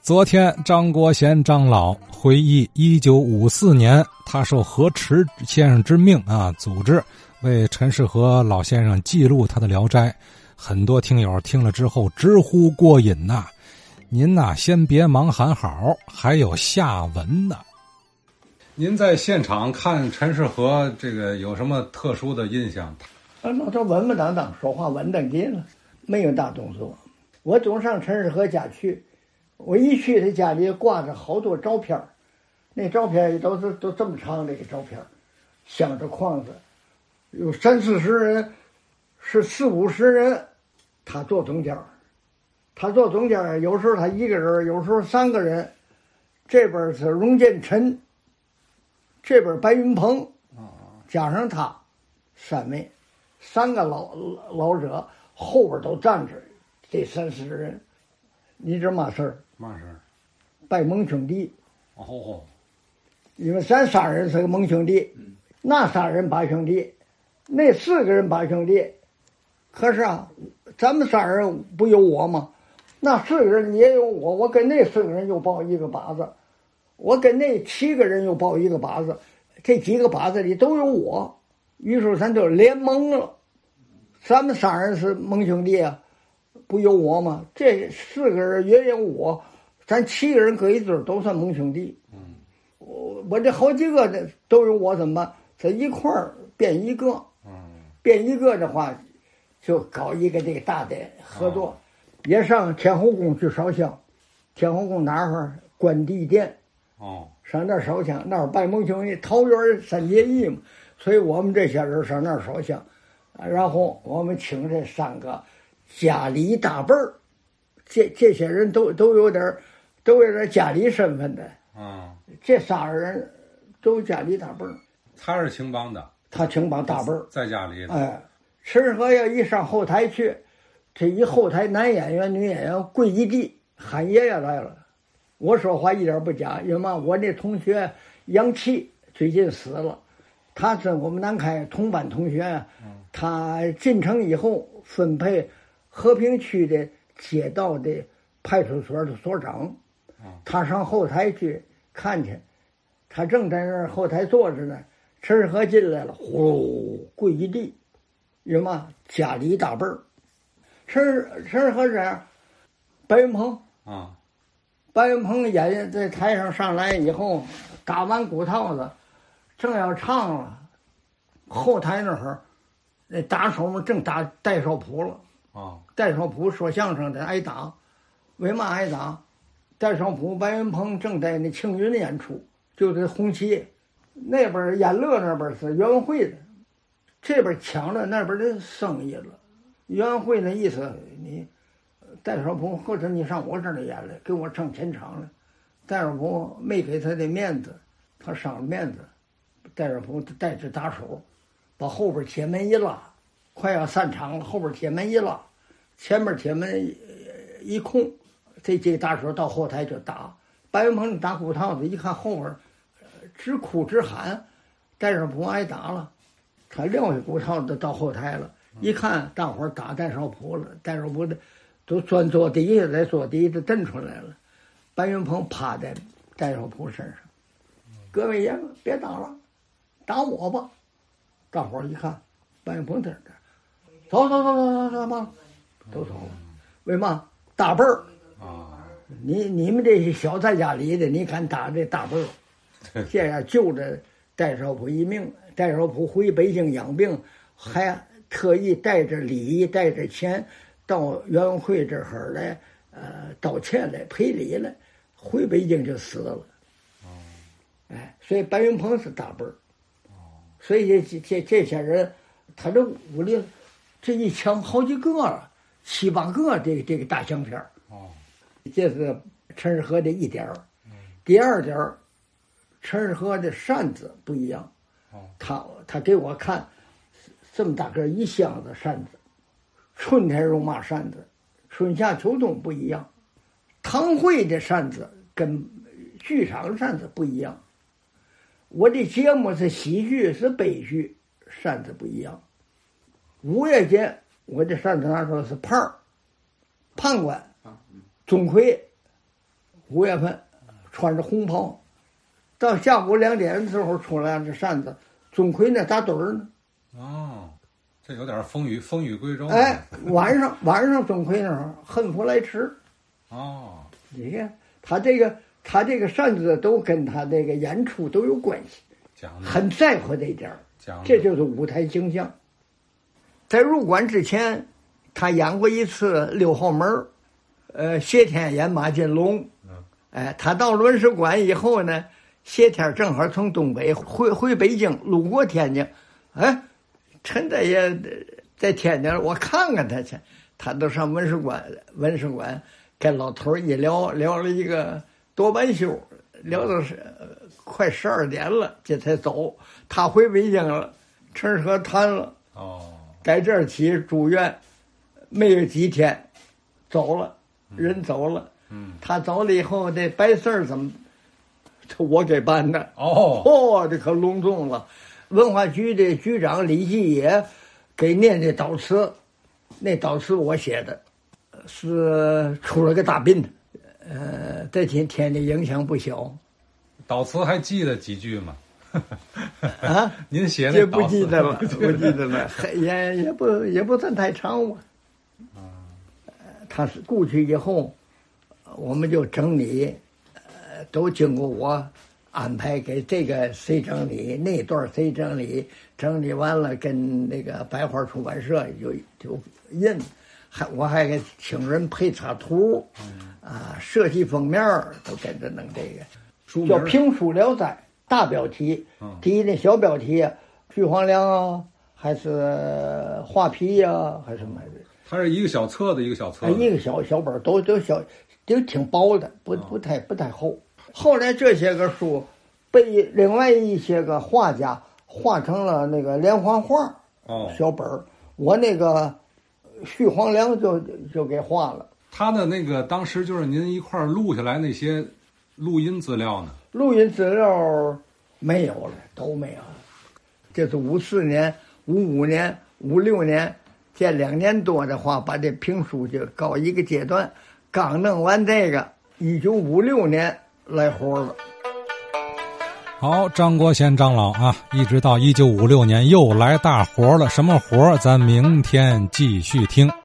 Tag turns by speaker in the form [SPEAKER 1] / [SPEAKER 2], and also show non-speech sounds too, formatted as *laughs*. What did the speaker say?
[SPEAKER 1] 昨天，张国贤张老回忆一九五四年，他受何池先生之命啊，组织为陈世和老先生记录他的《聊斋》。很多听友听了之后直呼过瘾呐、您呐、先别忙喊好，还有下文呢。您在现场看陈世和这个有什么特殊的印象？
[SPEAKER 2] 啊，那都稳稳当当，说话稳当极了，没有大动作。我总上陈世和家去，我一去他家里挂着好多照片儿那照片儿都是都这么长的一个照片儿镶着框子，有三四十人，是四五十人，他坐中间儿他坐中间儿有时候他一个人儿，有时候三个人，这边儿是荣建臣，这边儿白云鹏，加上他，三位。三个老老老者后边都站着，这三四个人，你知嘛事儿？
[SPEAKER 1] 嘛事儿？
[SPEAKER 2] 拜盟兄弟，
[SPEAKER 1] 哦，
[SPEAKER 2] 因为咱仨人是个盟兄弟，
[SPEAKER 1] 嗯
[SPEAKER 2] 那仨人把兄弟，那四个人把兄弟，可是啊，咱们仨人不有我吗？那四个人也有我，我跟那四个人又抱一个把子，我跟那七个人又抱一个把子，这几个把子里都有我，于是咱就联盟了。咱们仨人是盟兄弟啊，不有我吗？这四个人也有我，咱七个人搁一堆儿都算盟兄弟。我我这好几个的都有我怎么办？这一块儿变一个，变一个的话，就搞一个这个大的合作，也上天后宫去烧香，天后宫哪会儿关帝殿，
[SPEAKER 1] 哦，
[SPEAKER 2] 上那儿烧香，那儿拜盟兄弟，桃园三结义嘛，所以我们这些人上那儿烧香，啊然后我们请这三个家里大辈儿，这这些人都都有点儿，都有点儿家里身份的，
[SPEAKER 1] 嗯，
[SPEAKER 2] 这仨人都家里大辈儿，
[SPEAKER 1] 他是青帮的，
[SPEAKER 2] 他请把大辈儿，
[SPEAKER 1] 在家里的，
[SPEAKER 2] 哎，陈和要一上后台去，这一后台男演员、女演员跪一地喊爷爷来了。我说话一点不假，因为嘛，我那同学杨琦最近死了，他是我们南开同班同学，他进城以后分配和平区的街道的派出所的所长，他上后台去看去，他正在那儿后台坐着呢，陈世和进来了，呼噜跪一地，人嘛家里一大辈儿，陈世陈世和是这样，白云鹏
[SPEAKER 1] 啊，
[SPEAKER 2] 白云鹏演员在台上上来以后，打完鼓套子，正要唱了，后台那会儿，那打手们正打戴少普了。
[SPEAKER 1] 啊，
[SPEAKER 2] 戴少普说相声的挨打，为嘛挨打？戴少普、白云鹏正在那庆云演出，就在红旗那边演乐那边是袁文会的，这边抢了那边的生意了。袁文会那意思，你戴少普或者你上我这儿来演来，给我挣钱场来。戴少普没给他的面子，他伤了面子，戴少普带着打手，把后边铁门一拉，快要散场了，后边铁门一拉。前面铁门呃一空，这这个大手到后台就打。白云鹏打鼓套子，一看后边儿，呃直哭直喊，戴少普挨打了，他撂下鼓套子到后台了，一看大伙儿打戴少普了，戴少普的都钻桌底下来，桌底下蹬出来了。白云鹏趴在戴少普身上，各位爷们别打了，打我吧。大伙儿一看，白云鹏在这儿，走走走走走走吧。都走了。为嘛？大辈儿啊！你你们这些小在家里的，你敢打这大辈儿？这样救着戴少普一命。戴少普回北京养病，还特意带着礼、带着钱到袁文会这儿来，呃，道歉来赔礼来。回北京就死了。哎，所以白云鹏是大辈儿。所以这这这些人，他这屋里这一枪好几个了，七八个这个这个大枪片儿
[SPEAKER 1] 哦，
[SPEAKER 2] 这是陈世和的一点儿。第二点儿，陈世和的扇子不一样
[SPEAKER 1] 哦，
[SPEAKER 2] 他他给我看这么大个一箱子扇子，春天戎马扇子，春夏秋冬不一样。堂会的扇子跟剧场扇子不一样，我的节目是喜剧是悲剧，扇子不一样。五月节我这扇子拿出来是盼儿，判官，钟馗，五月份，穿着红袍，到下午两点的时候出来这扇子，钟馗呢打盹儿呢。
[SPEAKER 1] 哦，这有点风雨风雨归舟。啊
[SPEAKER 2] 哎，晚上晚上钟馗那儿恨不来迟。
[SPEAKER 1] 哦，
[SPEAKER 2] 你看他这个他这个扇子都跟他这个演出都有关系，
[SPEAKER 1] 讲的
[SPEAKER 2] 很在乎这一点儿。
[SPEAKER 1] 讲
[SPEAKER 2] 这就是舞台形象。在入馆之前，他演过一次六号门儿呃，谢天演马金龙。
[SPEAKER 1] 嗯，
[SPEAKER 2] 哎，他到轮石馆以后呢，谢天正好从东北回回北京，路过天津，哎，趁着也在天津，我看看他去。他都上文史馆，文史馆跟老头儿一聊，聊了一个多半宿，聊到是呃快十二点了，这才走。他回北京了，吃喝瘫了，
[SPEAKER 1] 哦，
[SPEAKER 2] 在这儿起住院，没有几天，走了，人走了。
[SPEAKER 1] 嗯，
[SPEAKER 2] 他走了以后，这白事儿怎么，这我给办的。
[SPEAKER 1] 哦，
[SPEAKER 2] 哦，这可隆重了。文化局的局长李继野给念的悼词，那悼词我写的，是出了个大殡，呃，在今天的影响不小。
[SPEAKER 1] 导词还记得几句吗？ *laughs*
[SPEAKER 2] 啊，
[SPEAKER 1] 您写的
[SPEAKER 2] 这不记得了， *laughs* 不记得了，还也也不也不算太长吧。呃他是故去以后，我们就整理，呃，都经过我安排给这个谁整理，那段谁整理，整理完了跟那个百花出版社有有印，还我还给请人配插图，啊，设计封面儿都跟着弄这个。
[SPEAKER 1] 书名
[SPEAKER 2] 叫
[SPEAKER 1] 儿
[SPEAKER 2] 评书聊斋，大标题
[SPEAKER 1] 嗯，
[SPEAKER 2] 第一那小标题，巨黄粱啊，还是画皮呀、还是什么的，
[SPEAKER 1] 它是一个小册子一个小册
[SPEAKER 2] 哎一
[SPEAKER 1] 子。
[SPEAKER 2] 个小小本儿都都小，都挺薄的，不不太不太厚。后来这些个书被另外一些个画家画成了那个连环画
[SPEAKER 1] 哦，
[SPEAKER 2] 小本儿，我那个呃旭黄粱就就给画了。
[SPEAKER 1] 他的那个当时就是您一块儿录下来那些录音资料呢。
[SPEAKER 2] 录音资料没有了，都没有了。这是五四年、五五年、五六年，这两年多的话，把这评书就搞一个阶段。刚弄完这个，一九五六年来活了。
[SPEAKER 1] 好，张国贤张老啊，一直到一九五六年又来大活了，什么活儿？咱明天继续听。